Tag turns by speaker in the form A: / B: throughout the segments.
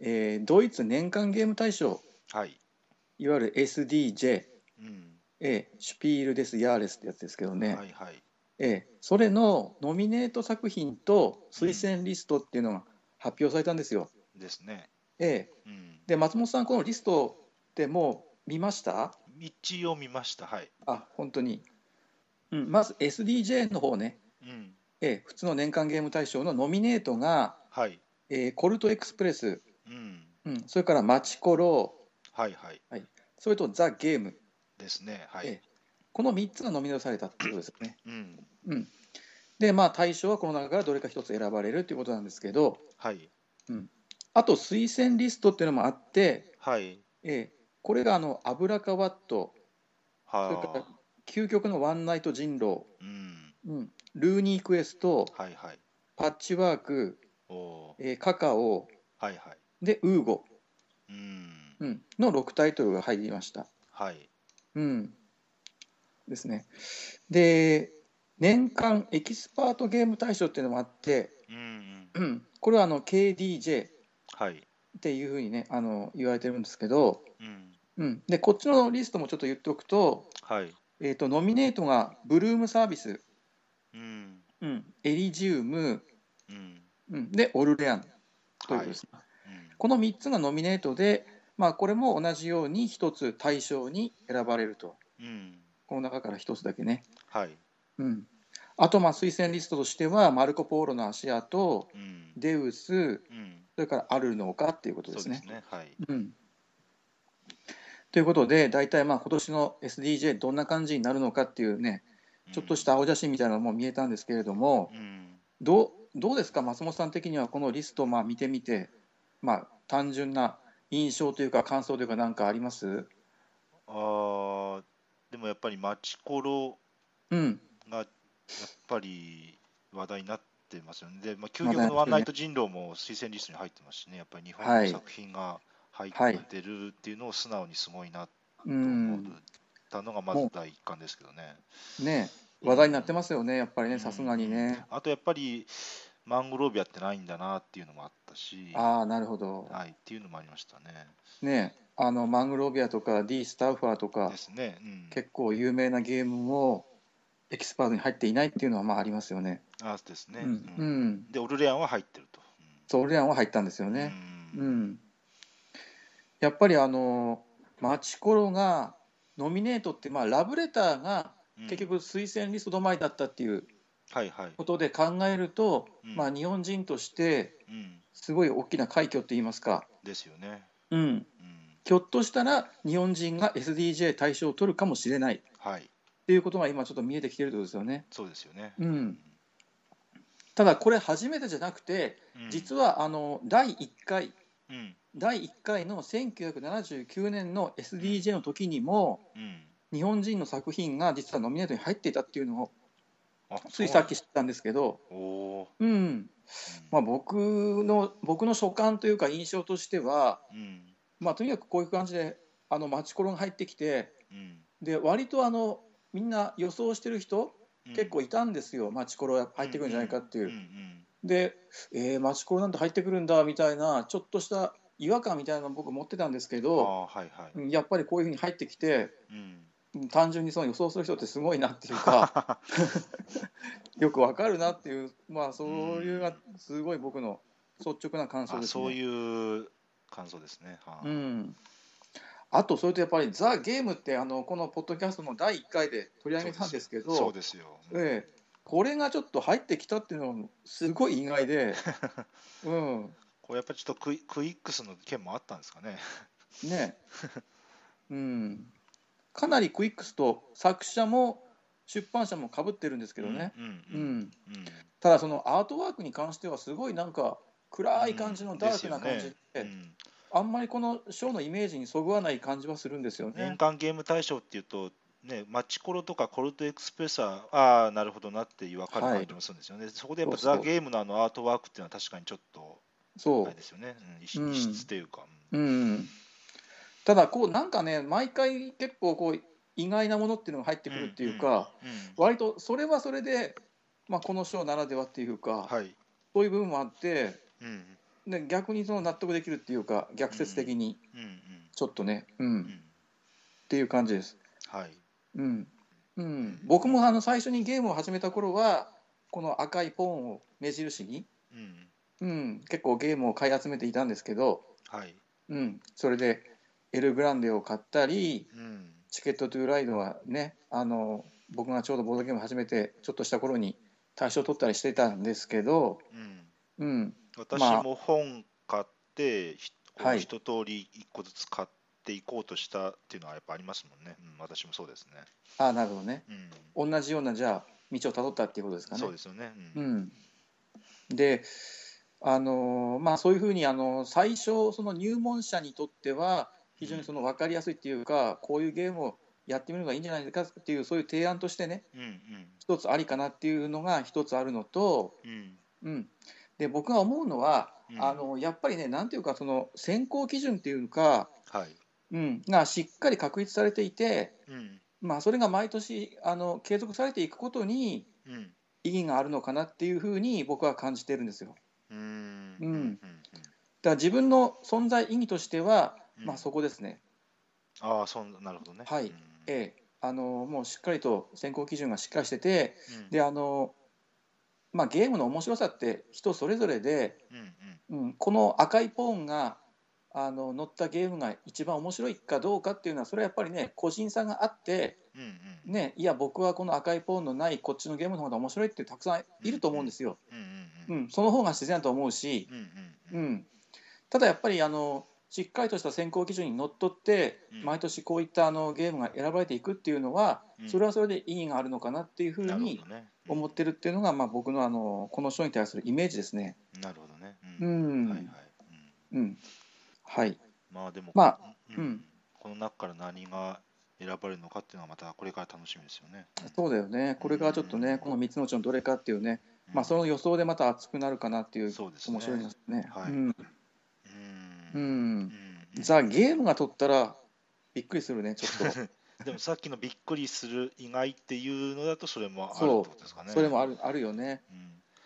A: えードイツ年間ゲーム大賞
B: はい。
A: いわゆる SDJ、
B: うん。
A: えーシュピールですヤーレスってやつですけどね、
B: はいはい。
A: えーそれのノミネート作品と推薦リストっていうのが発表されたんですよ。
B: ですね。
A: え
B: うん
A: ー。で松本さんこのリストってもう見ました
B: 一応見ました。はい。
A: あ本当に、うん、まず SDJ の方ね、
B: うん。
A: えー普通の年間ゲーム大賞のノミネートが、
B: はい。
A: えーコルトエクスプレス、
B: うん。
A: うん、それからマチコロ
B: はいはい。
A: それとザ・ゲーム
B: ですね。は
A: ええ
B: い。
A: この3つがノミネートされたってことですよね。
B: うん。
A: うん、でまあ対象はこの中からどれか一つ選ばれるということなんですけど
B: はい。
A: あと推薦リストっていうのもあって、
B: はい。
A: えーこれがあの「油かワット」それか
B: は
A: ら
B: あ。
A: 「究極のワンナイト人狼
B: うん。」
A: うん「ルーニークエスト」
B: はいはい。
A: 「パッチワーク」
B: おおー。
A: えーカカオ」
B: はいはい。
A: で「ウーゴ
B: うん」。
A: うんの6タイトルが入りました。
B: はい。
A: うん、ですね。で年間エキスパートゲーム大賞っていうのもあって、
B: うんうん。
A: うん、これはあの KDJ っ
B: はい。
A: ていうふうにねあの言われてるんですけど、
B: うん。
A: うん、でこっちのリストもちょっと言っておくと,、
B: はい。
A: えー、とノミネートがブルームサービス、
B: うん。
A: うん、エリジウム、
B: うん。
A: うん、でオルレアンということです、
B: うん
A: この3つがノミネートで、まあ、これも同じように1つ対象に選ばれると
B: うん。
A: この中から1つだけね。
B: はい。
A: うん、あとまあ推薦リストとしてはマルコ・ポーロの足跡
B: うん。
A: デウス
B: うん。
A: それからアルノーカっていうこと
B: そう
A: で
B: ですす
A: ね。
B: ね。はい。
A: うん、ということで大体まあ今年の SDJ どんな感じになるのかっていうねちょっとした青写真みたいなのも見えたんですけれども
B: うん。うん。
A: どうどうですか松本さん的にはこのリストをまあ見てみて、まあ、単純な印象というか感想というか何かあります
B: あーでもやっぱり町コロ
A: うん
B: がやっぱり話題になってますよね。で、まあ、究極のワンナイト人狼も推薦リストに入ってますしね、やっぱり日本
A: は
B: の
A: い
B: 作品が入
A: は
B: ってるっていうのを素直にすごいなと
A: う
B: 思
A: ん
B: ったのがまず第一感ですけどね。
A: ね話題になってますよねやっぱりねさすがにね。
B: あとやっぱりマングローブやってないんだなっていうのもあったし、は
A: ああなるほど、
B: い、っていうのもありましたね。
A: ねあのマングロービアとか D スタウファーとか
B: ですね。うん、
A: 結構有名なゲームもエキスパートに入っていないっていうのはまあありますよね。
B: あですね、
A: うんう
B: うん
A: ん、
B: で、オルレアンは入ってると。
A: それらは入ったんですよ
B: うん
A: ね。
B: う
A: うんん、やっぱりあのマチコロがノミネートってまあラブレターが
B: うん
A: 結局推薦リスト止まりだったっていう
B: はいはい。
A: ことで考えると、
B: うん
A: まあ日本人として
B: うん、
A: すごい大きな快挙って言いますか。
B: ですよね。
A: うん、
B: うん、
A: ひょっとしたら日本人が SDJ 対象を取るかもしれないっ
B: はい、
A: ていうことが今ちょっと見えてきてるってことですよね。
B: そうですよね。
A: うん、ただこれ初めてじゃなくて実
B: は、
A: はあの第1回
B: うん
A: 第1回の1979年の SDJ の時にも
B: うん、
A: 日本人の作品が実はノミネートに入っていたっていうのを
B: あ
A: ついさっき知ったんですけど、
B: そうおお、
A: うんまあ、僕の僕の所感というか印象としては、
B: うんうん
A: まあ、とにかくこういう感じであのマチコロが入ってきて
B: うん
A: で割とあのみんな予想してる人
B: うん
A: 結構いたんですよ、マチコロ入ってくるんじゃないかっていう。
B: ん
A: で、えー、マチコロなんて入ってくるんだみたいなちょっとした違和感みたいなのを僕持ってたんですけ
B: うんうん、あ
A: ど
B: あーはいはい、
A: うんやっぱりこういうふうに入ってきて
B: う
A: う
B: ん、
A: ん単純にその予想する人ってすごいなっていう かよくわかるなっていうまあそういうがすごい僕の率直な感想
B: あ
A: です、ね、
B: そういう感想ですね。はあ
A: うん、あとそれとやっぱり「ザ・ゲームってあのこのポッドキャストの第1回で取り上げたんですけど
B: そうですよ。うん
A: ええこれがちょっと入ってきたっていうのもすごい意外 で、うん、
B: これやっぱりちょっとクイクイックスの件もあったんですかね。
A: ねうん、かなりクイックスと作者も出版社もかぶってるんですけどね、
B: う
A: う
B: ん
A: ん
B: うんうん
A: ただそのアートワークに関してはすごいなんか暗い感じ
B: う
A: の
B: ん
A: ダークな感
B: です
A: じ
B: よ
A: で
B: ねうん
A: あんまりこのショーのイメージにそぐわない感じはするんですよ
B: 年
A: ね。
B: 間ゲーム大賞っていうと、ね、マッチコロとかコルトエクスプレスは、ああ、なるほどなっていう分かる感じもするんですよね。そこでやっぱ
A: そうそう
B: ザ・ゲームのあのアートワークっていうのは確かにちょっと、あ
A: そ
B: れですよね、うん、異
A: うん
B: 異質というか。
A: う、うん、ただこうなんかね毎回結構こう意外なものっていうのが入ってくるっていうか、
B: うん
A: 割とそれはそれで、まあ、このショーならではっていうか、
B: はい、
A: そういう部分もあって。
B: うん
A: ね、逆にその納得できるっていうか逆説的に
B: うんうん
A: ちょっとね、うんっ
B: うん
A: ていう感じです。
B: はい
A: うんうん、僕もあの最初にゲームを始めた頃はこの赤いポーンを目印に、
B: うん
A: うん、結構ゲームを買い集めていたんですけど、
B: はい
A: うん、それでエルグランデを買ったり
B: うん
A: チケットトゥーライドはねあの僕がちょうどボードゲームを始めてちょっとした頃に大賞取ったりしてたんですけど、
B: うん
A: うん、
B: 私
A: まあ
B: も本買って、ひ
A: はい
B: 一通り一個ずつ買っていこうとしたっていうのはやっぱありますもんね、うん、私もそうですね、
A: ああなるほどね
B: うん
A: 同じようなじゃあ道をたどったっていうことですかね。
B: そうですよね、う
A: うんん、であのまあそういうふうにあの最初その入門者にとっては非常にその分かりやすいっていうかこういうゲームをやってみるのがいいんじゃないかっていうそういう提案としてね
B: うん
A: 一つありかなっていうのが一つあるのと、
B: うんうん
A: うん、で僕が思うのは、
B: うん
A: あのやっぱりねなんていうかその選考基準っていうか、
B: はい、
A: うん、がしっかり確立されていて、
B: うん
A: まあ、それが毎年あの継続されていくことに
B: うん
A: 意義があるのかなっていうふうに僕は感じてるんですよ。
B: うん
A: うん
B: うん
A: だから自分の存在意義としては、
B: うん
A: まあ、そこですね、
B: ああそんなるほどね
A: はい
B: うん
A: ええ、あのもうしっかりと選考基準がしっかりしてて
B: うん
A: であの、まあ、ゲームの面白さって人それぞれで、
B: うんうん
A: うん、この赤いポーンがあの乗ったゲームが一番面白いかどうかっていうのはそれはやっぱりね個人差があって、
B: うんうん
A: ね、いや僕はこの赤いポーンのないこっちのゲームの方が面白いってたくさんいると思うんですよ。
B: うんう
A: うんん、その方が自然だと思うし、
B: うんうんう
A: うんん、ただやっぱりあのしっかりとした選考基準にのっとって、
B: うん
A: 毎年こういったあのゲームが選ばれていくっていうのは、
B: うん
A: それはそれで意義があるのかなっていうふう
B: なるほ
A: に
B: どね
A: 思ってるっていうのが、まあ、僕のあのこの賞に対するイメージですね。
B: うんなるほどね
A: う
B: うん
A: ん
B: はいはいうん
A: うんはい、
B: まあでも、
A: まあ
B: うん
A: うん
B: この中から何が選ばれるのかっていうのはまたこれから楽しみですよね。
A: そうだよねこれからちょっと
B: う
A: ね
B: ん
A: この3つのうちのどれかっていうね、
B: うん
A: まあ、その予想でまた熱くなるかなっていう
B: そうですね
A: 面白いですね。
B: はい
A: うん
B: うん
A: う
B: うん
A: ん、
B: うん
A: ザ・ゲームが取ったらびっくりするねちょ っと。
B: でもさっきのびっくりする意外っていうのだとそれもあるって
A: そう
B: ことですかね。
A: それもあるあるよね。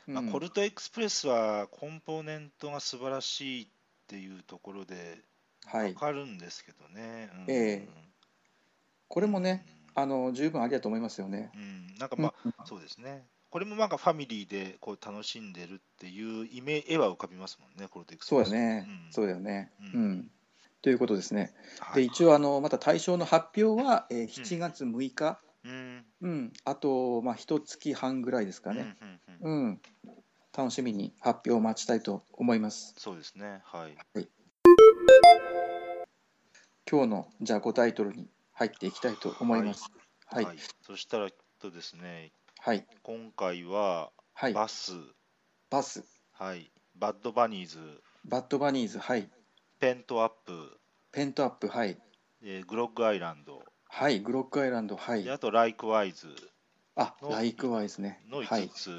B: うん
A: うん
B: まあ、コルトエクスプレスはコンポーネントが素晴らしいっていうところで
A: はい
B: わ、かるんですけどね。うん
A: ええこれもね、、
B: うん
A: あの十分ありだと思いますよね。
B: うん、なんかまあ、そうですね。これもなんかファミリーでこう楽しんでるっていうイメ絵は浮かびますもんね、コルトエクスプ
A: そう
B: レ
A: だ
B: ス。
A: ね、
B: うん
A: そうだよね。
B: う
A: うんん、ということですね。
B: は
A: で
B: い
A: 一応あのまた対象の発表は、えー、7月6日、
B: うん
A: うん、あとまあ一月半ぐらいですかね。
B: うんうんうん
A: うん、楽しみに発表を待ちたいと思います。
B: そうですね、はい。
A: 今日のじゃあ5タイトルに入っていきたいと思います。はいはい
B: そしたら、えっとですね、
A: はい、
B: 今回はバス、
A: バス、
B: はい、バッドバニーズ、
A: バッドバニーズ、はい、
B: ペントアップ、
A: ペントアップ、はい、
B: えーグロッグアイランド、
A: はい、グロックアイランド、はい
B: で、あとライクワイズ
A: あ、
B: の
A: ライクワイズね、
B: の
A: は
B: 5
A: い、
B: つ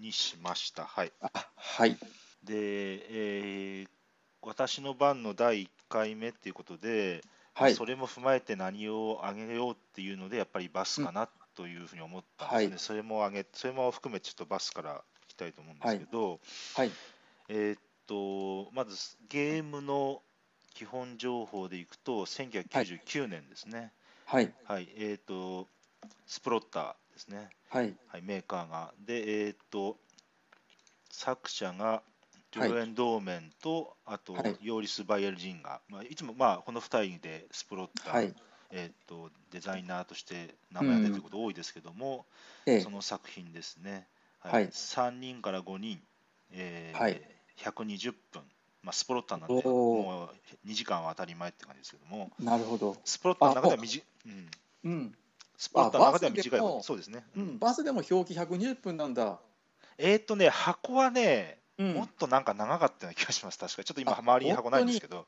B: にしました。はい。
A: あ、はい、
B: で、えー私の番の第1回目っていうことで、
A: はい
B: そ、れも踏まえて何をあげようっていうので、やっぱりバスかなというふうに思ったんですね、
A: はい
B: それもあげ、それも含め、ちょっとバスからいきたいと思うんですけど、
A: はい、
B: えーっとまずゲームの基本情報でいくと1999年ですね、
A: はい、
B: はいえーっとスプロッターですね、
A: はい、
B: はい、メーカーがで、えーっと作者がジョエン・ドーメンと、あと
A: はい
B: ヨーリス・バイエル・ジンガー、まあ、いつもまあこの2人でスプロッター、
A: はい、
B: えーっとデザイナーとして名前が出てること多いですけども、
A: ええ
B: そ、の作品ですね、
A: はい
B: 3人から5人、えー
A: はい
B: 120分、まあ、スプロッターなんで、
A: おー
B: もう2時間は当たり前って感じですけども、
A: なるほど。
B: スプロッターの中では短い、うん、
A: うん、
B: スプロッターの中で
A: バ
B: は
A: スで
B: 短い方
A: も
B: そうですね。
A: う、
B: うんん
A: バスでも表記120分なんだ。
B: えーっ、とね、箱はね、
A: う
B: もっ
A: ん、
B: となんか長かったような気がします、確かに。ちょっと今、
A: あ
B: 周りに箱ないんですけど、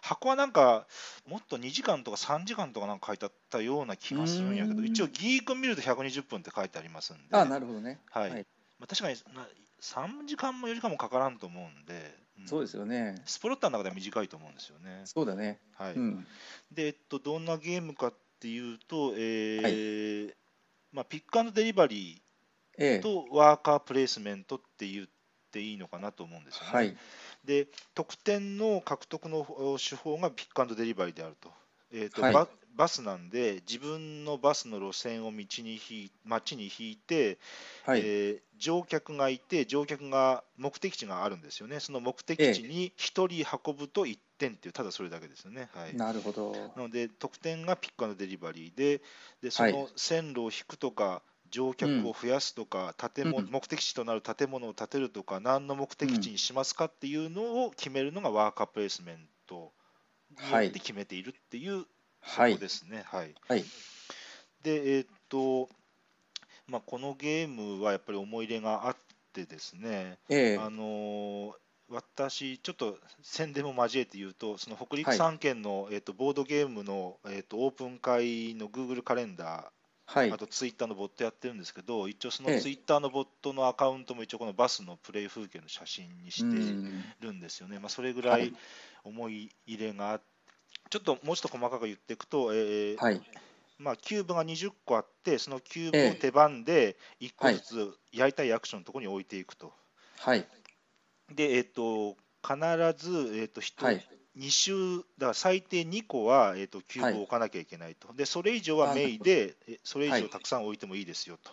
B: 箱はなんか、もっと2時間とか3時間とかなんか書いてあったような気がするんやけ
A: う
B: ど、
A: ーん
B: 一応、ギーク見ると120分って書いてありますんで。
A: あ、なるほどね。
B: はい
A: はい
B: まあ、確かにな3時間も4時間もかからんと思うんで、うん
A: そうですよね。
B: スプロッターの中では短いと思うんですよね。
A: そうだね。
B: はい
A: うん、
B: で、えっと、どんなゲームかっていうと、えーまあ、ピックアンドデリバリ
A: え
B: ー
A: え、
B: とワーカープレイスメントって言っていいのかなと思うんですよね。
A: はい、
B: で得点の獲得のお手法がピックアンドデリバリーであると。えーと
A: はい
B: ババスなんで自分のバスの路線を道に引い街に引いて、
A: はい、
B: えー乗客がいて乗客が目的地があるんですよねその目的地に1人運ぶと1点っていうただそれだけですよね、はい、な
A: なるほど。
B: ので得点がピックアンドデリバリーででそ
A: はい
B: の線路を引くとか乗客を増やすとか、建物
A: うん
B: 目的地となる建物を建てるとか何の目的地にしますかっていうのを決めるのがワーカープレイスメントによ
A: は
B: っ
A: い
B: て決めているっていうそ
A: は
B: こ
A: い。
B: ですね。はい
A: はい。
B: で、えーっとまあ、このゲームはやっぱり思い入れがあってですね、
A: ええ
B: あのー私、ちょっと宣伝も交えて言うと、その北陸
A: はい
B: 3県の、えーっとボードゲームの、えーっとオープン会の Google カレンダ
A: は
B: ー、
A: い
B: あ。とツイッターのボットやってるんですけど、一応そ
A: え
B: の
A: え
B: ツイッターのボットのアカウントも一応このバスのプレイ風景の写真に
A: う
B: して。
A: ん。
B: るんですよね、まあ、それぐら
A: はいい
B: 思い入れがあっちょっともうちょっと細かく言っていくと、えー
A: はい。
B: まあ、キューブが20個あって、そのキュ
A: え
B: ーブ
A: え
B: を手番で1個
A: はい
B: ずつやりたいアクションのところに置いていくと。
A: はい。
B: で、えっと必ず、えっと人
A: はい。
B: 2周、だから最低2個は、えっとキューブを置かなきゃいけないと。で、それ以上はメイで、えそれ以
A: は
B: 上
A: い
B: たくさん置いてもいいですよと。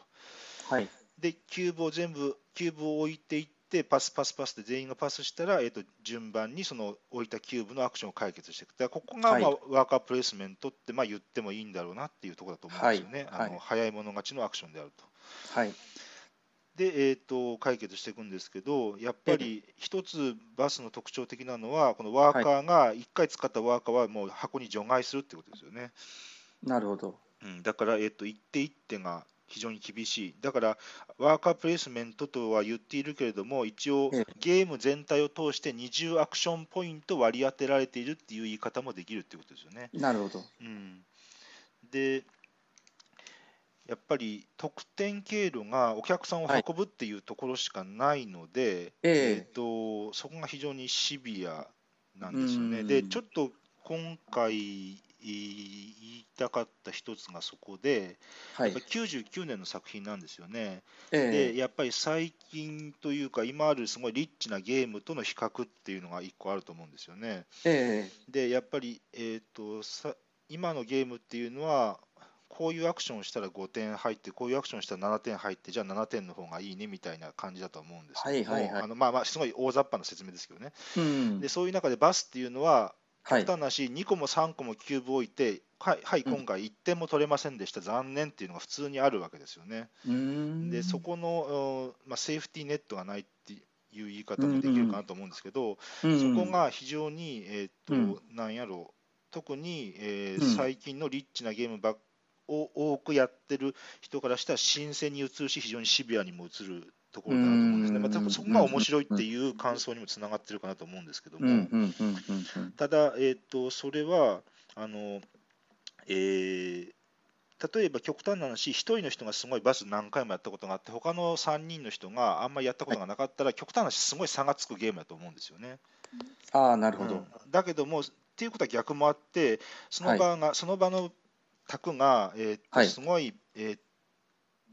A: はい。
B: で、キューブを全部、キューブを置いていって、パスパスパスで全員がパスしたら、えっと順番にその置いたキューブのアクションを解決していく。だからここが、
A: はい
B: まあワーカープレイスメントって、まあ、言ってもいいんだろうなっていうところだと思うんですよ
A: は
B: ね。
A: い
B: あの
A: はい
B: 早い者勝ちのアクションであると。
A: はい。
B: で、えー、と解決していくんですけど、やっぱり一つバスの特徴的なのは、このワーカーが、1回使ったワーカーはもう箱に除外するってことですよね。
A: なるほど。
B: うん、だから、えっと、一手一手が非常に厳しい。だから、ワーカープレイスメントとは言っているけれども、一応
A: ええ、
B: ゲーム全体を通して20アクションポイント割り当てられているっていう言い方もできるってことですよね。
A: なるほど。
B: うん、で、やっぱり得点経路がお客さんを運ぶっていうところしかないの
A: え
B: で、
A: え
B: えーと、そこが非常にシビアなんですよね。
A: うん
B: で、ちょっと今回い言いたかった一つがそこで、
A: は
B: やっ
A: い
B: ぱ。り99年の作品なんですよね。で、
A: ええ
B: やっぱり最近というか、今あるすごいリッチなゲームとの比較っていうのが一個あると思うんですよね。
A: ええ
B: でやっぱり、えー、とさ今のゲームっていうのはこういうアクションをしたら5点入ってこういうアクションをしたら7点入ってじゃあ7点の方がいいねみたいな感じだと思うんですけども
A: はいはいはい
B: あのまあまあすごい大雑把な説明ですけどね
A: うん
B: で。そういう中でバスっていうのは
A: はい
B: 極。端なし2個も3個もキューブ置いてはい、はい、
A: うん
B: 今回1点も取れませんでした残念っていうのが普通にあるわけですよね
A: うん。
B: でそこの、うんまあ、セーフティーネットがないっていう言い方もできるかなと思うんですけど、
A: うん、
B: そこが非常に、えーっと
A: うん
B: なんやろ特に、えー
A: うん
B: 最近のリッチなゲームばっを多くやってる人からしたら新鮮に映るし非常にシビアにも映るところだなと思うんですね、
A: うん
B: まあ、多分そこが面白いっていう感想にもつながってるかなと思うんですけども、
A: うん。うん。うん。うん。うん。
B: ただ、えーっとそれはあの、えー例えば極端な話、1人の人がすごいバス何回もやったことがあって、他の3人の人があんまりやったことがなかったら、極端な話、すごい差がつくゲームだと思うんですよね。
A: ああ、なるほど。
B: うんだけどもっていうことは逆もあってその場が、その場の卓が、えーっと
A: はい
B: すごい、えー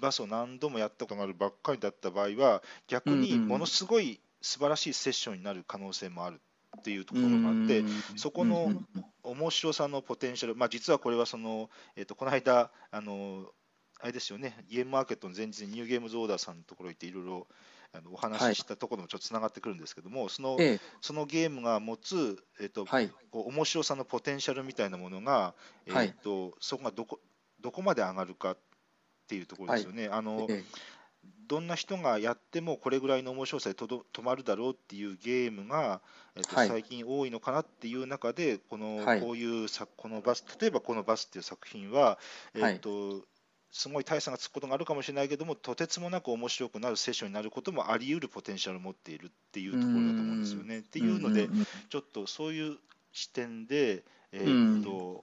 B: バスを何度もやったことがあるばっかりだった場合は逆に
A: うんうん
B: ものすごい素晴らしいセッションになる可能性もあるっていうところがあって、
A: うん
B: そこの
A: うん
B: 面白さのポテンシャル、まあ、実はこれはその、えー、とこの間あのあれですよねゲームマーケットの前日にニューゲームズオーダーさんのところ行っていろいろあのお
A: は
B: 話
A: い
B: ししたところもちょっとつながってくるんですけども、その
A: ええ
B: そのゲームが持つ、えっと
A: はい。
B: こう面白さのポテンシャルみたいなものが、えっ
A: はい
B: とそこがどこどこまで上がるかっていうところですよね、あの
A: ええ
B: どんな人がやってもこれぐらいの面白さでとど止まるだろうっていうゲームが、えっと
A: はい
B: 最近多いのかなっていう中でこの、
A: はい
B: こういうさこのバス例えばこのバスっていう作品は、
A: は
B: え
A: い
B: っとすごい大差がつくことがあるかもしれないけどもとてつもなく面白くなるセッションになることもあり得るポテンシャルを持っているっていうところだと思うんですよね。っていうので、
A: んんん
B: ちょっとそういう視点で、えー
A: うん
B: っと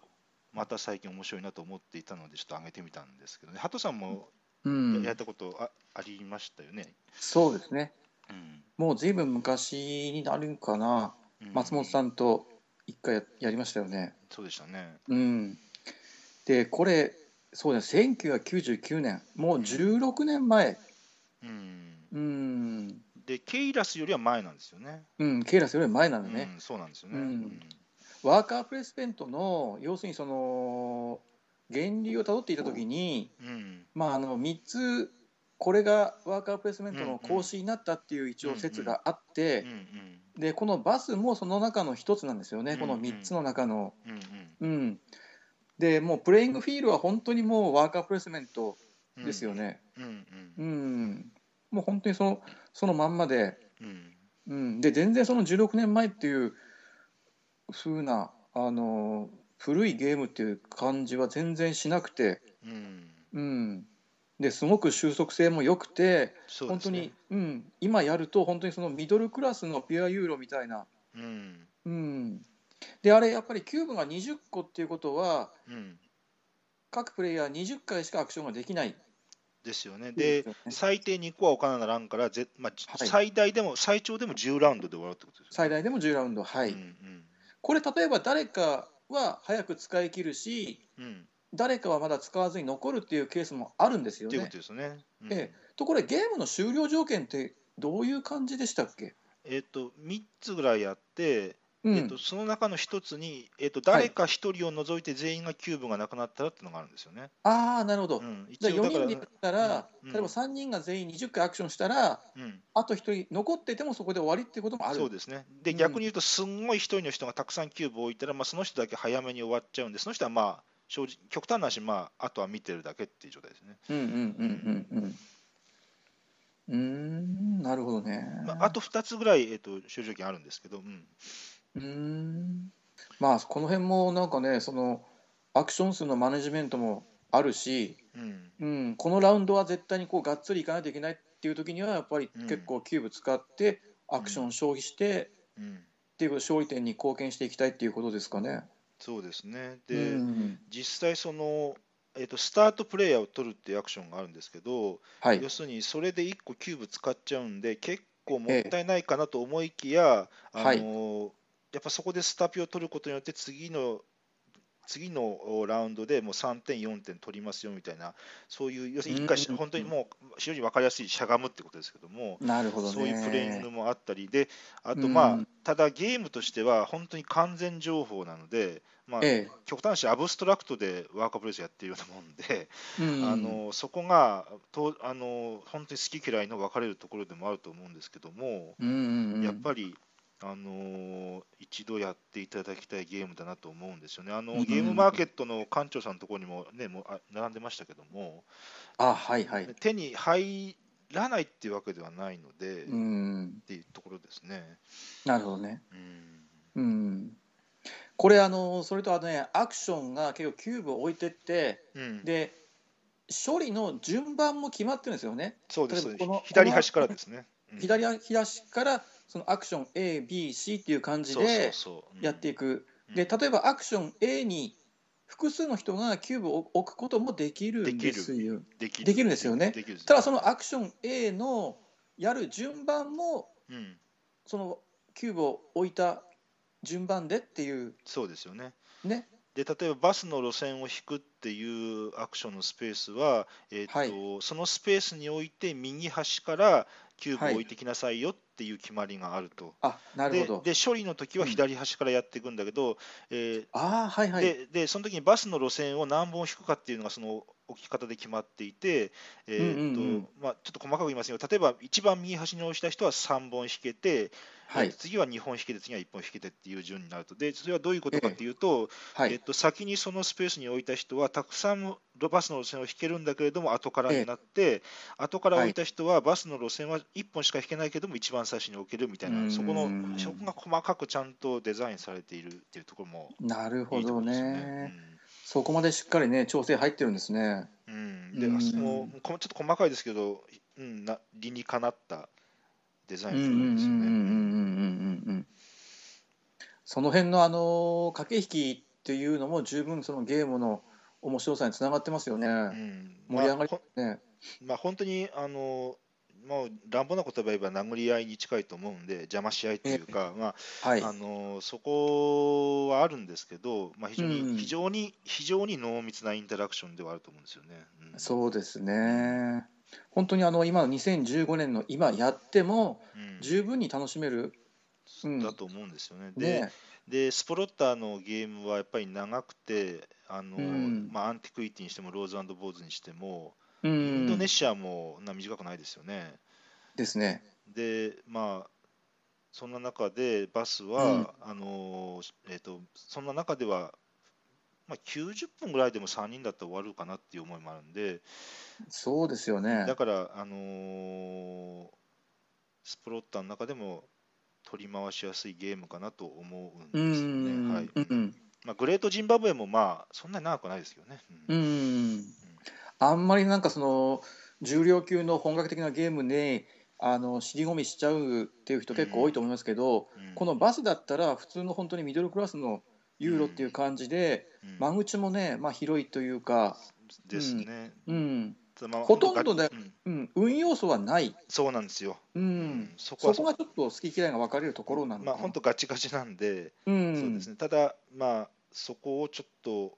B: また最近面白いなと思っていたので、ちょっと上げてみたんですけどね、ハトさんも
A: うん
B: ややったことあ,、ありましたよね。
A: そうですね。
B: うん
A: もうずいぶん昔になるんかな。松本さ
B: ん、
A: んと一回ややりましたよね。
B: そうでしたね。
A: うん。で、これ、そうです。1999年、もう16年前。
B: うん、
A: うん。
B: でケイラスよりは前なんですよね。
A: うん、ケイラスより前なんだね、
B: うん、そうなんですよね。
A: うん
B: うん
A: ワーカープレスメントの要するにその源流をたどっていたときに、
B: うん
A: まあ、あの3つこれがワーカープレスメントの講師になったっていう一応説があって、
B: うん
A: でこのバスもその中の一つなんですよね、この3つの中の。
B: うんうん
A: うん、でもうプレイングフィールは本当にもうワーカープレスメント
B: うん
A: ですよ。ね。
B: うんう
A: うんんもう本当にそのそのまんまで、
B: うん
A: うん、で全然その16年前っていう風なあの古いゲームっていう感じは全然しなくて、
B: うん
A: うん、ですごく収束性も良くて、
B: そう
A: 本
B: で
A: 当
B: す
A: に
B: ね、
A: うん、今やると本当にそのミドルクラスのピュアユーロみたいな、
B: うん
A: うん、であれやっぱりキューブが20個っていうことは
B: うん
A: 各プレイヤー20回しかアクションができない
B: ですよね。で、
A: そうですよね
B: 最低2個はお金ならんから、ぜまあじ
A: はい
B: 最大でも、最長でも10ラウンドで終わるってことですよ
A: 最大でも10ラウンドはい、
B: ね。
A: これ例えば誰かは早く使い切るし
B: うんうんうん
A: 誰かはまだ使わずに残るっていうケースもあるんですよ
B: っていうこ
A: ね
B: と。ですよね。うん
A: えとこれゲームの終了条件ってどういう感じでしたっけ、
B: えっと3つぐらいあって、
A: うん
B: えっとその中の1つに、えっと
A: はい
B: 誰か1人を除いて全員がキューブがなくなったらっていうのがあるんですよね。
A: ああなるほど、
B: うん、
A: じゃあ
B: 一応
A: 4
B: だ
A: 人
B: から、
A: でやったら、
B: うんうん
A: 例えば3人が全員20回アクションしたら
B: うん、
A: あと1人残っててもそこで終わりってこともある
B: そうですね。
A: う
B: で
A: ん
B: 逆に言うとすんごい一人の人がたくさんキューブを置いたら、まあその人だけ早めに終わっちゃうんで、その人はまあ正直極端な話まああとは見てるだけっていう状態ですね。
A: うんうんうんうんうんうーんなるほどね、
B: まあ、あと2つぐらい、えっと収集権あるんですけど、うん
A: うーんまあこの辺もなんかねそのアクション数のマネジメントもあるし、
B: うん
A: うん、このラウンドは絶対にこうがっつりいかないといけないっていう時にはやっぱり
B: うん
A: 結構キューブ使ってアクション消費して
B: うん、
A: っていうこと勝利点に貢献していきたいっていうことですかね。
B: そうですね。
A: う
B: で、
A: ん
B: 実際その、えっとスタートプレイヤーを取るっていうアクションがあるんですけど、
A: はい
B: 要するにそれで1個キューブ使っちゃうんで結構もったいないかなと思いきや、あの
A: はい
B: やっぱそこでスタピを取ることによって次の次のラウンドでもう3点4点取りますよみたいなそういう要するに1回し
A: うん
B: 本当にもう非常に分かりやすいしゃがむってことですけども。
A: なるほどね。
B: そういうプレイングもあったりで、あとまあ、
A: うん
B: ただゲームとしては本当に完全情報なので、まあ、
A: え
B: 極端な話アブストラクトでワーカープレイスやってるようなもんで、
A: えうん
B: あのそこがとあの本当に好き嫌いの分かれるところでもあると思うんですけども、
A: うんうんうん
B: やっぱりあの一度やっていただきたいゲームだなと思うんですよね。あの
A: うん
B: ゲームマーケットの館長さんのところにも,、ね、もうあ並んでましたけども
A: あはいはい。
B: 手に入らないっていうわけではないので、
A: う
B: っ
A: ん
B: ていうところですね。
A: なるほどね。う
B: うん
A: んこれあのそれとあとねアクションが結構キューブを置いてって
B: うん、
A: で処理の順番も決まってるんですよね。
B: そうです
A: 例えばこの
B: 左端からですね。うん
A: 左足からそのアクション ABC っていう感じで
B: そうそうそう
A: やっていく
B: うん
A: で例えばアクション A に複数の人がキューブを置くこともできるんですよ
B: でき
A: できるんですよね
B: できる
A: ただそのアクション A のやる順番も
B: うん、
A: そのキューブを置いた順番でっていう
B: そうですよね。
A: ね
B: で例えばバスの路線を引くっていうアクションのスペースは、えーと
A: はい
B: そのスペースにおいて右端からキューブを
A: はい
B: 置いてきなさいよっていう決まりがあると。
A: あなる
B: で
A: ほど
B: で処理の時は
A: うん
B: 左端からやっていくんだけど、えー
A: ああはいはい
B: ででその時にバスの路線を何本引くかっていうのがその置き方で決まっていて、えーっと
A: うんうんうん
B: まあ、ちょっと細かく言いますよ例えば一番右端に押した人は3本引けて、
A: は
B: えーっ
A: い
B: と次は2本引けて次は1本引けてっていう順になるとでそれはどういうことかっていうと、
A: は
B: えっ
A: い
B: と、先にそのスペースに置いた人はたくさんバスの路線を引けるんだけれども後からになって、後から置いた人はバスの路線は1本しか引けないけども一番最初に置けるみたいうなんそこのそこが細かくちゃんとデザインされているっていうところも
A: なる
B: い
A: ほ
B: いと
A: ど
B: ころですよ
A: ね
B: ね。
A: そこまでしっかりね調整入ってるんですね
B: うんうんで
A: うん
B: そのこちょっと細かいですけど、うん、な理にかなったデザインです
A: うん
B: よ
A: うん
B: ね。
A: うんうんうんうんうんその辺のあの駆け引きっていうのも十分そのゲームの面白さにつながってますよね。
B: うん
A: 盛り上がり
B: まあ
A: ね。
B: まあ、本当にあのもう乱暴なこと言えば殴り合いに近いと思うんで邪魔し合いっていうか、まあ、
A: はい。
B: あのそこはあるんですけど、まあ、非常に、
A: うん
B: 非常に非常に濃密なインタラクションではあると思うんですよね。うん
A: そうですね。本当にあの今の2015年の今やっても
B: うん
A: 十分に楽しめる、うん
B: だと思うんですよね。で
A: ね
B: でスプロッターのゲームはやっぱり長くてあの、
A: うん
B: まあ、アンティクイティにしてもローズボーズにしても、
A: う
B: インド
A: ん
B: ネ、シアもそんな短くないですよね。
A: ですね。
B: でまあそんな中でバス
A: うん
B: は、あのえー、とそんな中では、まあ、90分ぐらいでも3人だったら終わるかなっていう思いもあるんで
A: そうですよね
B: だ。から、あのースプロッターの中でも取り回しやすいゲームかなと思うん
A: う
B: ですよ
A: ん、
B: ね。はい
A: うん、
B: まあ、グレートジンバブエもまあそんなに長くないですけどね。う
A: うんん、あんまりなんかその重量級の本格的なゲームであの尻込みしちゃうっていう人結構多いと思いますけど、
B: うん
A: このバスだったら普通の本当にミドルクラスのユーロっていう感じで、
B: うん
A: 間口もね、まあ、広いというか、
B: ですね。
A: うん
B: まあ
A: ほとんどね
B: うん
A: うん、運要素はない、
B: そうなんですよ。
A: うん
B: うんそこ
A: そ
B: は
A: こがちょっと好き嫌いが分かれるところなのかな。
B: まあ本当ガチガチなんで、
A: うん
B: そうですね。ただまあそこをちょっと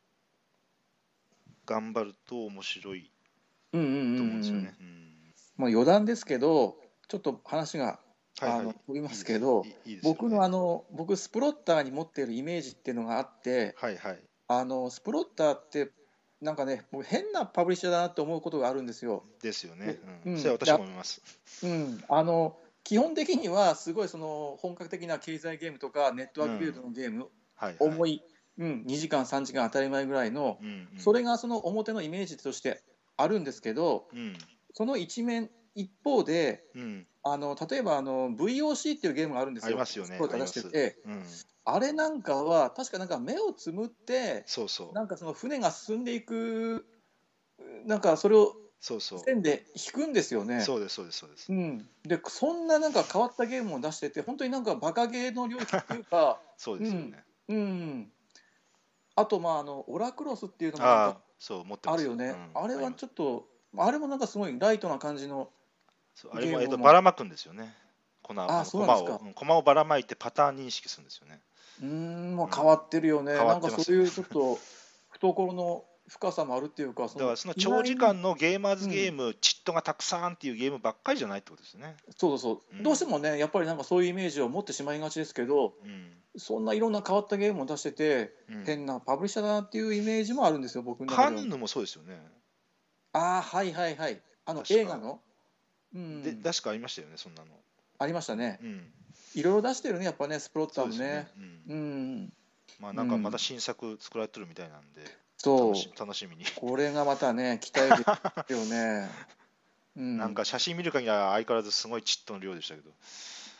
B: 頑張ると面白い
A: うんうんうん
B: と
A: う
B: 思うんですよ
A: ん
B: ね。うん
A: まあ余談ですけどちょっと話が
B: はい
A: あ
B: は
A: の
B: い。
A: 飛びますけど
B: いいいいですよね
A: 僕のあの僕スプロッターに持っているイメージっていうのがあって
B: はいはい。
A: あのスプロッターってなんかね僕変なパブリッシャーだなって思うことがあるんですよ。
B: ですよね。う
A: うんん
B: それは私も思います。
A: うん、あの基本的にはすごいその本格的な経済ゲームとかネットワークビルドのゲーム、
B: はいはい。
A: 重い、うん、2時間3時間当たり前ぐらいの、
B: うんうん
A: それがその表のイメージとしてあるんですけど
B: うん
A: その一面一方で
B: うん
A: あの例えばあの VOC っていうゲームがあるんですよ。
B: ありますよね。
A: スポーツ出してて
B: ありますうん
A: あれなんかは確かなんか目をつむって
B: そうそう
A: なんかその船が進んでいくなんかそれを
B: そうそう。
A: 線で引くんですよね。
B: そうですそうですそうです
A: う。ん、でそんななんか変わったゲームを出してて本当になんかバカゲーの領域っていうか、
B: そうですよね。
A: うん、あとまああのオラクロスっていうのもなん
B: ああ
A: か、
B: そう持ってま
A: あ
B: す。
A: るよね、
B: うん
A: あれ
B: り
A: は
B: ます
A: ちょっとあれもなんかすごいライトな感じの
B: そうあれも、
A: ゲ
B: え
A: ーム
B: っと、
A: の
B: ばらまくんですよね。粉を、
A: あ
B: あの
A: そうなん
B: 駒
A: ですか
B: を、うん駒をばらまいてパターン認識するんですよね。
A: うーんもう変わってるよね、
B: うん変
A: な
B: わ
A: ん
B: って
A: か
B: ます
A: そういうちょっと懐の深さもあるっていうかそ
B: だから、その長時間のゲーマーズゲーム、チットがたくさんっていうゲームばっかりじゃないってことですね。
A: そうそうそう、
B: うん
A: どうしてもねやっぱりなんかそういうイメージを持ってしまいがちですけど
B: うん
A: そんないろんな変わったゲームを出してて、
B: うん
A: 変なパブリッシャーだなっていうイメージもあるんですよ僕の中
B: カ
A: で
B: ン
A: は
B: ヌもそうですよね。
A: ああはいはいはいあの
B: 確か
A: 映画のうん
B: で、確かありましたよね、そんなの。
A: ありましたね
B: うん。
A: いろいろ出してるねやっぱねスプロッタ
B: そ
A: ー
B: う
A: も
B: です
A: ね
B: ようん
A: うん
B: まあ、なんかまた新作作られてるみたいなんで、
A: そう
B: 楽し楽しみに。
A: これがまたね期待できるよね、うん、
B: なんか写真見る限りは相変わらずすごいチットの量でしたけど、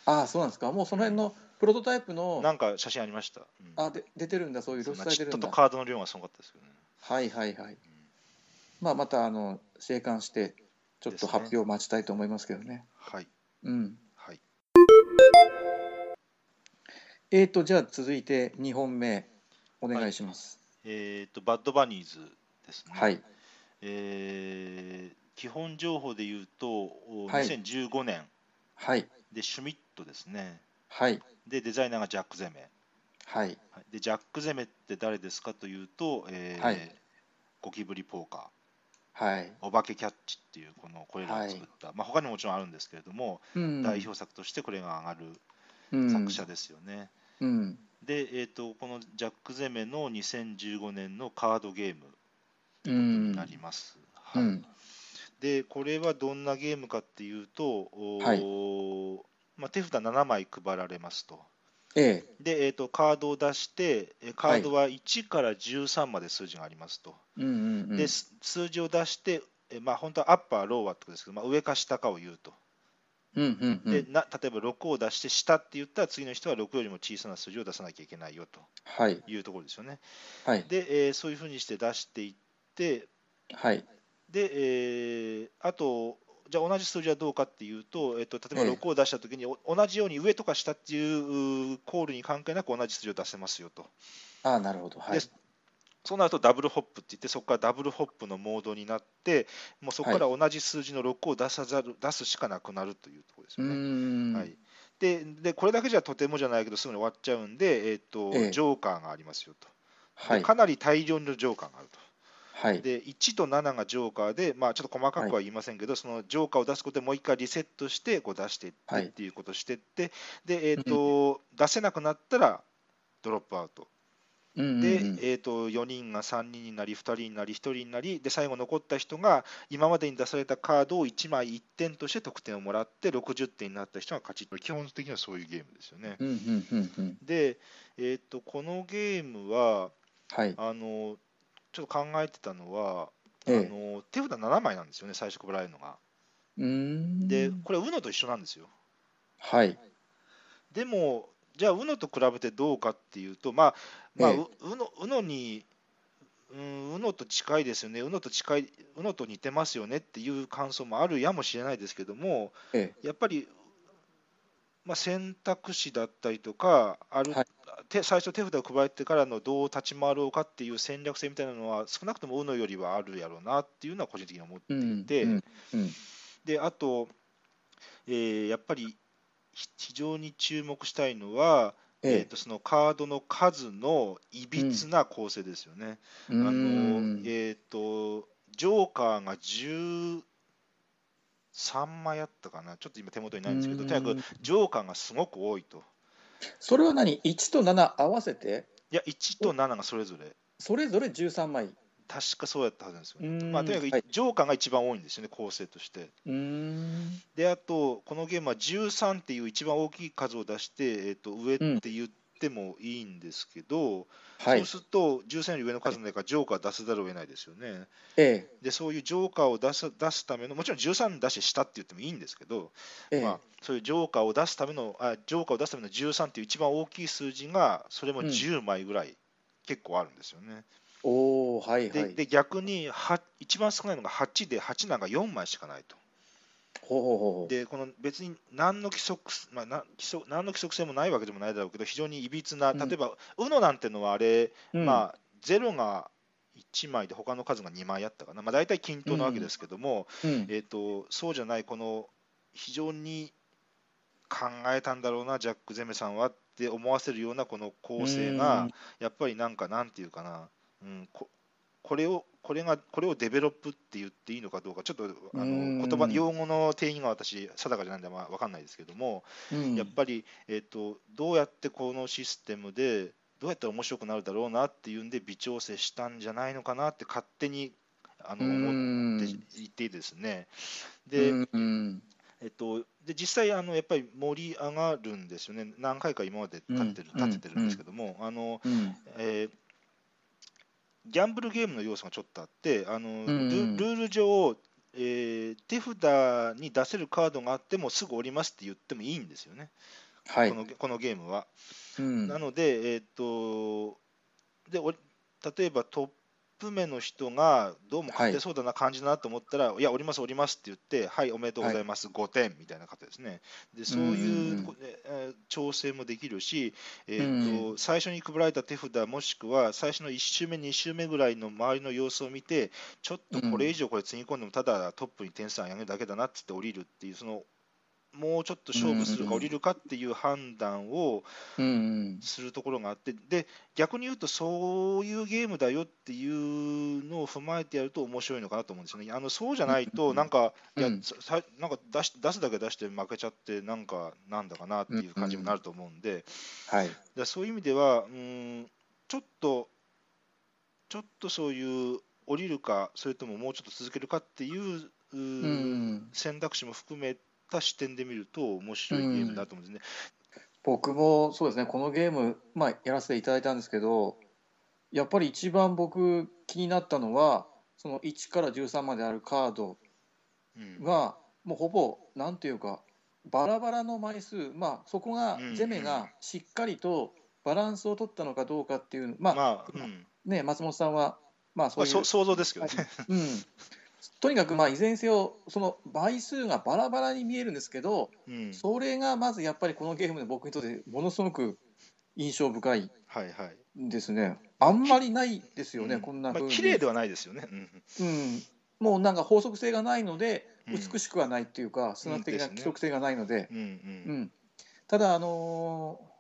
A: ああそうなんですかもうその辺のプロトタイプの
B: なんか写真ありました。うん
A: あで出てるんだそういう
B: そ
A: 露
B: ん
A: 出さ
B: な
A: れ
B: チ
A: て
B: ッ
A: る
B: ト
A: ん
B: と
A: だ
B: カードの量がすごかったですけどね。
A: はいはいはい、まあ、またあの生還してちょっ
B: です
A: と
B: ね
A: 発表を待ちたいと思いますけどね
B: はい。
A: うん
B: はい。
A: えーとじゃあ続いて2本目お願いします
B: えっ、と、バッドバニーズですね。
A: はい、
B: えー基本情報で言うと、お
A: はい
B: 2015年
A: はい
B: でシュミットですね。
A: はい
B: で、デザイナーがジャック・ゼメ。
A: はい
B: はいで、ジャック・ゼメって誰ですかというと、えー
A: はい
B: ゴキブリポーカ
A: はい
B: ー、お化けキャッチっていうこのこれらを作った、まあ他にももちろんあるんですけれども、
A: うん
B: 代表作としてこれが上がる作者ですよね。
A: うん
B: で、えーと、このジャック・ゼメの2015年のカードゲーム
A: うんう
B: に
A: ん
B: なります。
A: う
B: はい
A: ん
B: でこれはどんなゲームかっていうと、おー
A: は
B: まあ、手札7枚配られますと。
A: ええ
B: で、えー、とカードを出して、えーカードは1から13まで数字がありますと。
A: うんうんうん
B: で、す数字を出して、えーまあ、本当はアッパー、ローはってことですけど、まあ、上か下かを言うと。
A: うんうんう
B: で
A: ん
B: な例えば6を出して下って言ったら、次の人は6よりも小さな数字を出さなきゃいけないよと
A: はい
B: いうところですよね。
A: はい
B: で、えーそういうふうにして出していって、
A: はい
B: で、えーあと、じゃあ同じ数字はどうかっていうと、えっと例えば
A: ええ
B: 6を出したときに、お同じように上とか下っていううコールに関係なく同じ数字を出せますよと。
A: ああなるほどはい
B: でそうなるとダブルホップって言って、そこからダブルホップのモードになって、もうそこから同じ数字の6を出さざる出すしかなくなるというところです
A: う
B: よね。
A: ん
B: はい、でで、これだけじゃとてもじゃないけど、すぐに終わっちゃうんで、えっと
A: ええ
B: ジョーカーがありますよと、
A: は
B: で
A: い
B: かなり大量のジョーカーがあると。
A: はい。
B: で1と7がジョーカーで、まあ、ちょっと細かくは言いませんけど、そのジョーカーを出すことでもう一回リセットしてこう出していっ
A: は
B: て
A: い
B: っていうことをしていって、でえーと出せなくなったらドロップアウト
A: うんうんうん
B: で、えー、と4人が3人になり2人になり1人になりで最後残った人が今までに出されたカードを1枚1点として得点をもらって60点になった人が勝ち基本的にはそういうゲームですよね。
A: うんうんうんうん。
B: で、えー、とこのゲームは
A: はい。
B: あのちょっと考えてたのは、
A: え
B: あの手札7枚なんですよね最初配られるのが。
A: え。うーん。
B: でこれ UNO と一緒なんですよ。
A: はい。
B: でもじゃあ UNO と比べてどうかっていうとまあまあ
A: ええ
B: UNO、UNO にうん UNO と近いですよね UNO と近い UNO と似てますよねっていう感想もあるやもしれないですけども
A: え
B: やっぱり、まあ、選択肢だったりとかある、
A: はい
B: 手最初手札を配ってからのどう立ち回ろうかっていう戦略性みたいなのは少なくとも UNO よりはあるやろうなっていうのは個人的に思って
A: え。うん。
B: で
A: うんうん。
B: であと、えーやっぱりひ非常に注目したいのは、えー
A: ええ。
B: とそのカードの数のいびつな構成ですよね。
A: うー
B: あの
A: ん
B: えー、とジョーカーが13枚あったかなちょっと今手元にないんですけど、
A: うん
B: とにかくジョーカーがすごく多いと。
A: それは何1と7合わせて
B: いや1と7がそれぞれ
A: それぞれ13枚
B: 確かそうやったはずなんですよね。
A: うん
B: まあ、とにかく、
A: はい
B: ジョーカーが一番多いんですよね構成として。
A: うーん
B: であとこのゲームは13っていう一番大きい数を出して、えー、と上って言ってもいいんですけ
A: は
B: ど、そ
A: いう
B: すると13より上の数の中からジョーカーを出せざるを得ないですよね。
A: え
B: でそういうジョーカーを出す出すためのもちろん13出して下って言ってもいいんですけど、
A: えええ
B: まあ、そういうジョーカーを出すためのあジョーカーを出すための13っていう一番大きい数字がそれも
A: うん
B: 10枚ぐらい、結構あるんですよね。
A: おおはいは
B: で
A: い
B: で逆には一番少ないのが8で8なんか4枚しかないと。
A: ほうほうほうほう
B: でこの別に何の規則,、まあ、な規則何の規則性もないわけでもないだろうけど非常にいびつな
A: うん
B: 例えば、UNO なんてのはあれ、
A: うん
B: まあ、0が1枚で他の数が2枚あったかな、まあ、大体均等なわけですけども、
A: うん
B: えー、とそうじゃないこの非常に考えたんだろうなジャック・ゼメさんはって思わせるようなこの構成
A: うん
B: がやっぱりなんかなんていうかな、うん、ここれをこれがこれをデベロップって言っていいのかどうかちょっとあ
A: う
B: の
A: ん
B: 言葉用語の定義が私定かじゃないんでまあわかんないですけども、
A: うん
B: やっぱり、えー、とどうやってこのシステムでどうやったら面白くなるだろうなっていうんで微調整したんじゃないのかなって勝手にあの
A: う
B: 思っ
A: ん
B: って言っていいですね。で,、
A: うんうん
B: えっと、で実際あのやっぱり盛り上がるんですよね何回か今まで立ってる,、
A: うん
B: 立ててるんですけども、あの
A: うん
B: えーギャンブルゲームの要素がちょっとあってあの、
A: ん
B: ルルール上、えー手札に出せるカードがあってもすぐ降りますって言ってもいいんですよね、
A: はい
B: このこのゲームは。
A: うん
B: なので、えーっとでお例えばトップ目の人がどうも勝てそうだな感じだなと思ったら、い、や、降ります、降りますって言って、はい、おめでとうございます、5点みたいな方ですね。でそうい
A: うんうんう
B: うんこえー調整もできるし、えーっと
A: う
B: 最初に配られた手札、もしくは最初の1周目、2周目ぐらいの周りの様子を見て、ちょっとこれ以上これつぎ込んでも、ただトップに点数上げるだけだなってって降りるっていう、そのもうちょっと勝負するか降りるかっていう判断を、
A: うんうん
B: するところがあってで逆に言うとそういうゲームだよっていうのを踏まえてやると面白いのかなと思うんですよね。あのそうじゃないとなんか、
A: うん
B: いやささなんか出し出すだけ出して負けちゃってなんかなんだかなっていう感じになると思うんで、
A: はい
B: だそういう意味ではうーんちょっとちょっとそういう降りるかそれとももうちょっと続けるかっていうう
A: う
B: ー
A: ん
B: 選択肢も含めた視点で見ると面白いゲームだと思うんですね。
A: 僕もそうですねこのゲームまあやらせていただいたんですけどやっぱり一番僕気になったのはその1から13まであるカード
B: うん
A: がもうほぼなんていうかバラバラの枚数まあそこが
B: うんうん
A: ゼメがしっかりとバランスを取ったのかどうかっていうまあ、
B: まあ、うん
A: ね松本さんはまあ
B: ま
A: そう
B: あ、
A: いう
B: そ、想像ですけどね。
A: うん、とにかくまあいずれにせよその倍数がバラバラに見えるんですけど
B: うん、
A: それがまずやっぱりこのゲームで僕にとってものすごく印象深い
B: はいはい。
A: ですねあんまりないですよね、
B: うん
A: こんな
B: ま
A: 風
B: あ
A: に、
B: 綺麗ではないですよね。うん
A: うん、もうなんか法則性がないので
B: うん
A: 美しくはないっていうか、数学的な
B: うんですね
A: 規則性がないので。
B: うんう。
A: うんん、ただ、あのー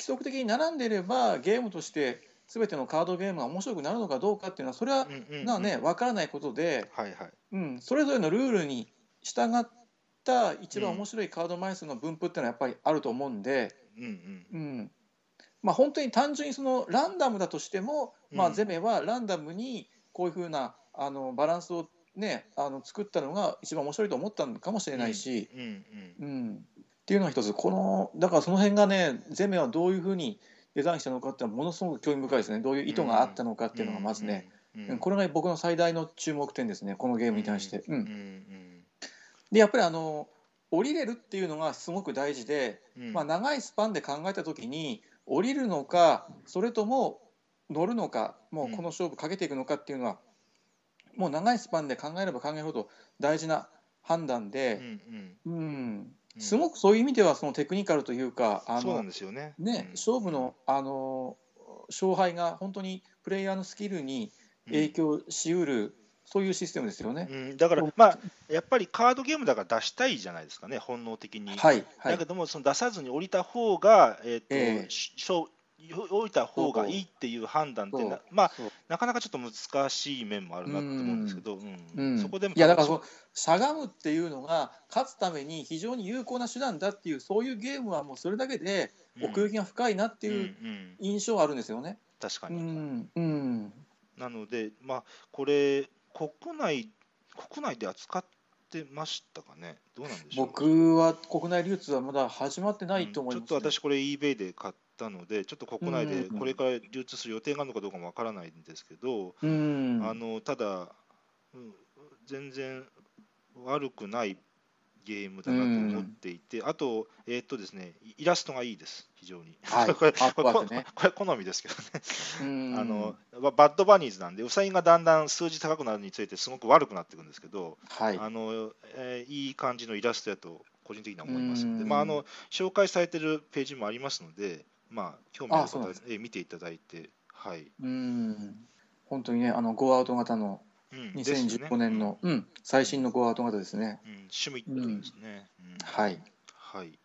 A: 規則的に並んでいればゲームとして全てのカードゲームが面白くなるのかどうかっていうのはそれは
B: うんうんうん
A: なね分からないことで、
B: はいはい。
A: うん、それぞれのルールに従った一番
B: うん
A: 面白いカード枚数の分布っていうのはやっぱりあると思うんで、
B: うんうん。
A: うんまあ、本当に単純にそのランダムだとしても、ま
B: う
A: あ、
B: ん
A: ゼメはランダムにこういうふうなあのバランスを、ね、あの作ったのが一番面白いと思ったのかもしれないし。
B: うんうん。
A: うん、っていうのは一つこのだからその辺がねゼメはどういうふうにデザインしたのかっていうのはものすごく興味深いですねどういう意図があったのかっていうのがまずね、
B: うん。
A: うんこれが僕の最大の注目点ですねこのゲームに対して。うん
B: うんうん
A: でやっぱりあの降りれるっていうのがすごく大事で、
B: うん。
A: まあ、長いスパンで考えた時に降りるのかそれとも乗るのかもうこの勝負かけていくのかっていうのはもう長いスパンで考えれば考えるほど大事な判断
B: うん
A: で
B: う、ん
A: うん、
B: うん。
A: すごくそういう意味ではそのテクニカルというかあ
B: そうな
A: の
B: んですよね。
A: ね
B: うん
A: 勝負のあの勝敗が本当にプレイヤーのスキルに影。響しうるそういうシステムですよね
B: う。んうんだからまあやっぱりカードゲームだから出したいじゃないですかね本能的に。
A: はいは
B: だ
A: い
B: けどもその出さずに降りた方がえっと
A: ええ
B: ししょ降りた方がいいっていう判断ってな
A: そう
B: まあ
A: そう
B: なかなかちょっと難しい面もあるなと思うんですけど、うん
A: うん
B: そこでも
A: いやだからそうしゃがむっていうのが勝つために非常に有効な手段だっていうそういうゲームはもうそれだけで奥行
B: っ
A: きが深いなって
B: て
A: いう
B: うんうん
A: 印象はあるんですよね。
B: 確か
A: う
B: に、
A: んうん
B: なので、まあ、これ国内、国内で扱ってましたかね、どうなんでしょう
A: 僕は国内流通はまだ始まってないと思います、ね
B: うんちょっと私、これ eBay で買ったので、ちょっと国内
A: うん
B: で
A: うんうん
B: これから流通する予定があるのかどうかもわからないんですけど、
A: うん
B: あのただ、うん全然悪くないゲームだなと思っていて、あと、えーっとですね、イラストがいいです、非常に。
A: はい
B: これ
A: かっこ
B: こ
A: よ
B: れ
A: くね
B: これ好みですけどね。
A: うん
B: あのババッドバニーズなんで、ウサギがだんだん数字高くなるにつれて、すごく悪くなっていくんですけど、
A: はい
B: あのえーいい感じのイラストやと、個人的には思いますので、
A: うん
B: まああの、紹介されてるページもありますので、まあ、興味ある
A: あそ
B: 方
A: うな
B: は
A: んです
B: えー見ていただいて、はい。
A: うん本当にねあのゴーアウト型の
B: うんですよね
A: 2015年の、うん最新のゴーアウト型ですね。
B: うん、趣味ってことですね。うん
A: はい、
B: はい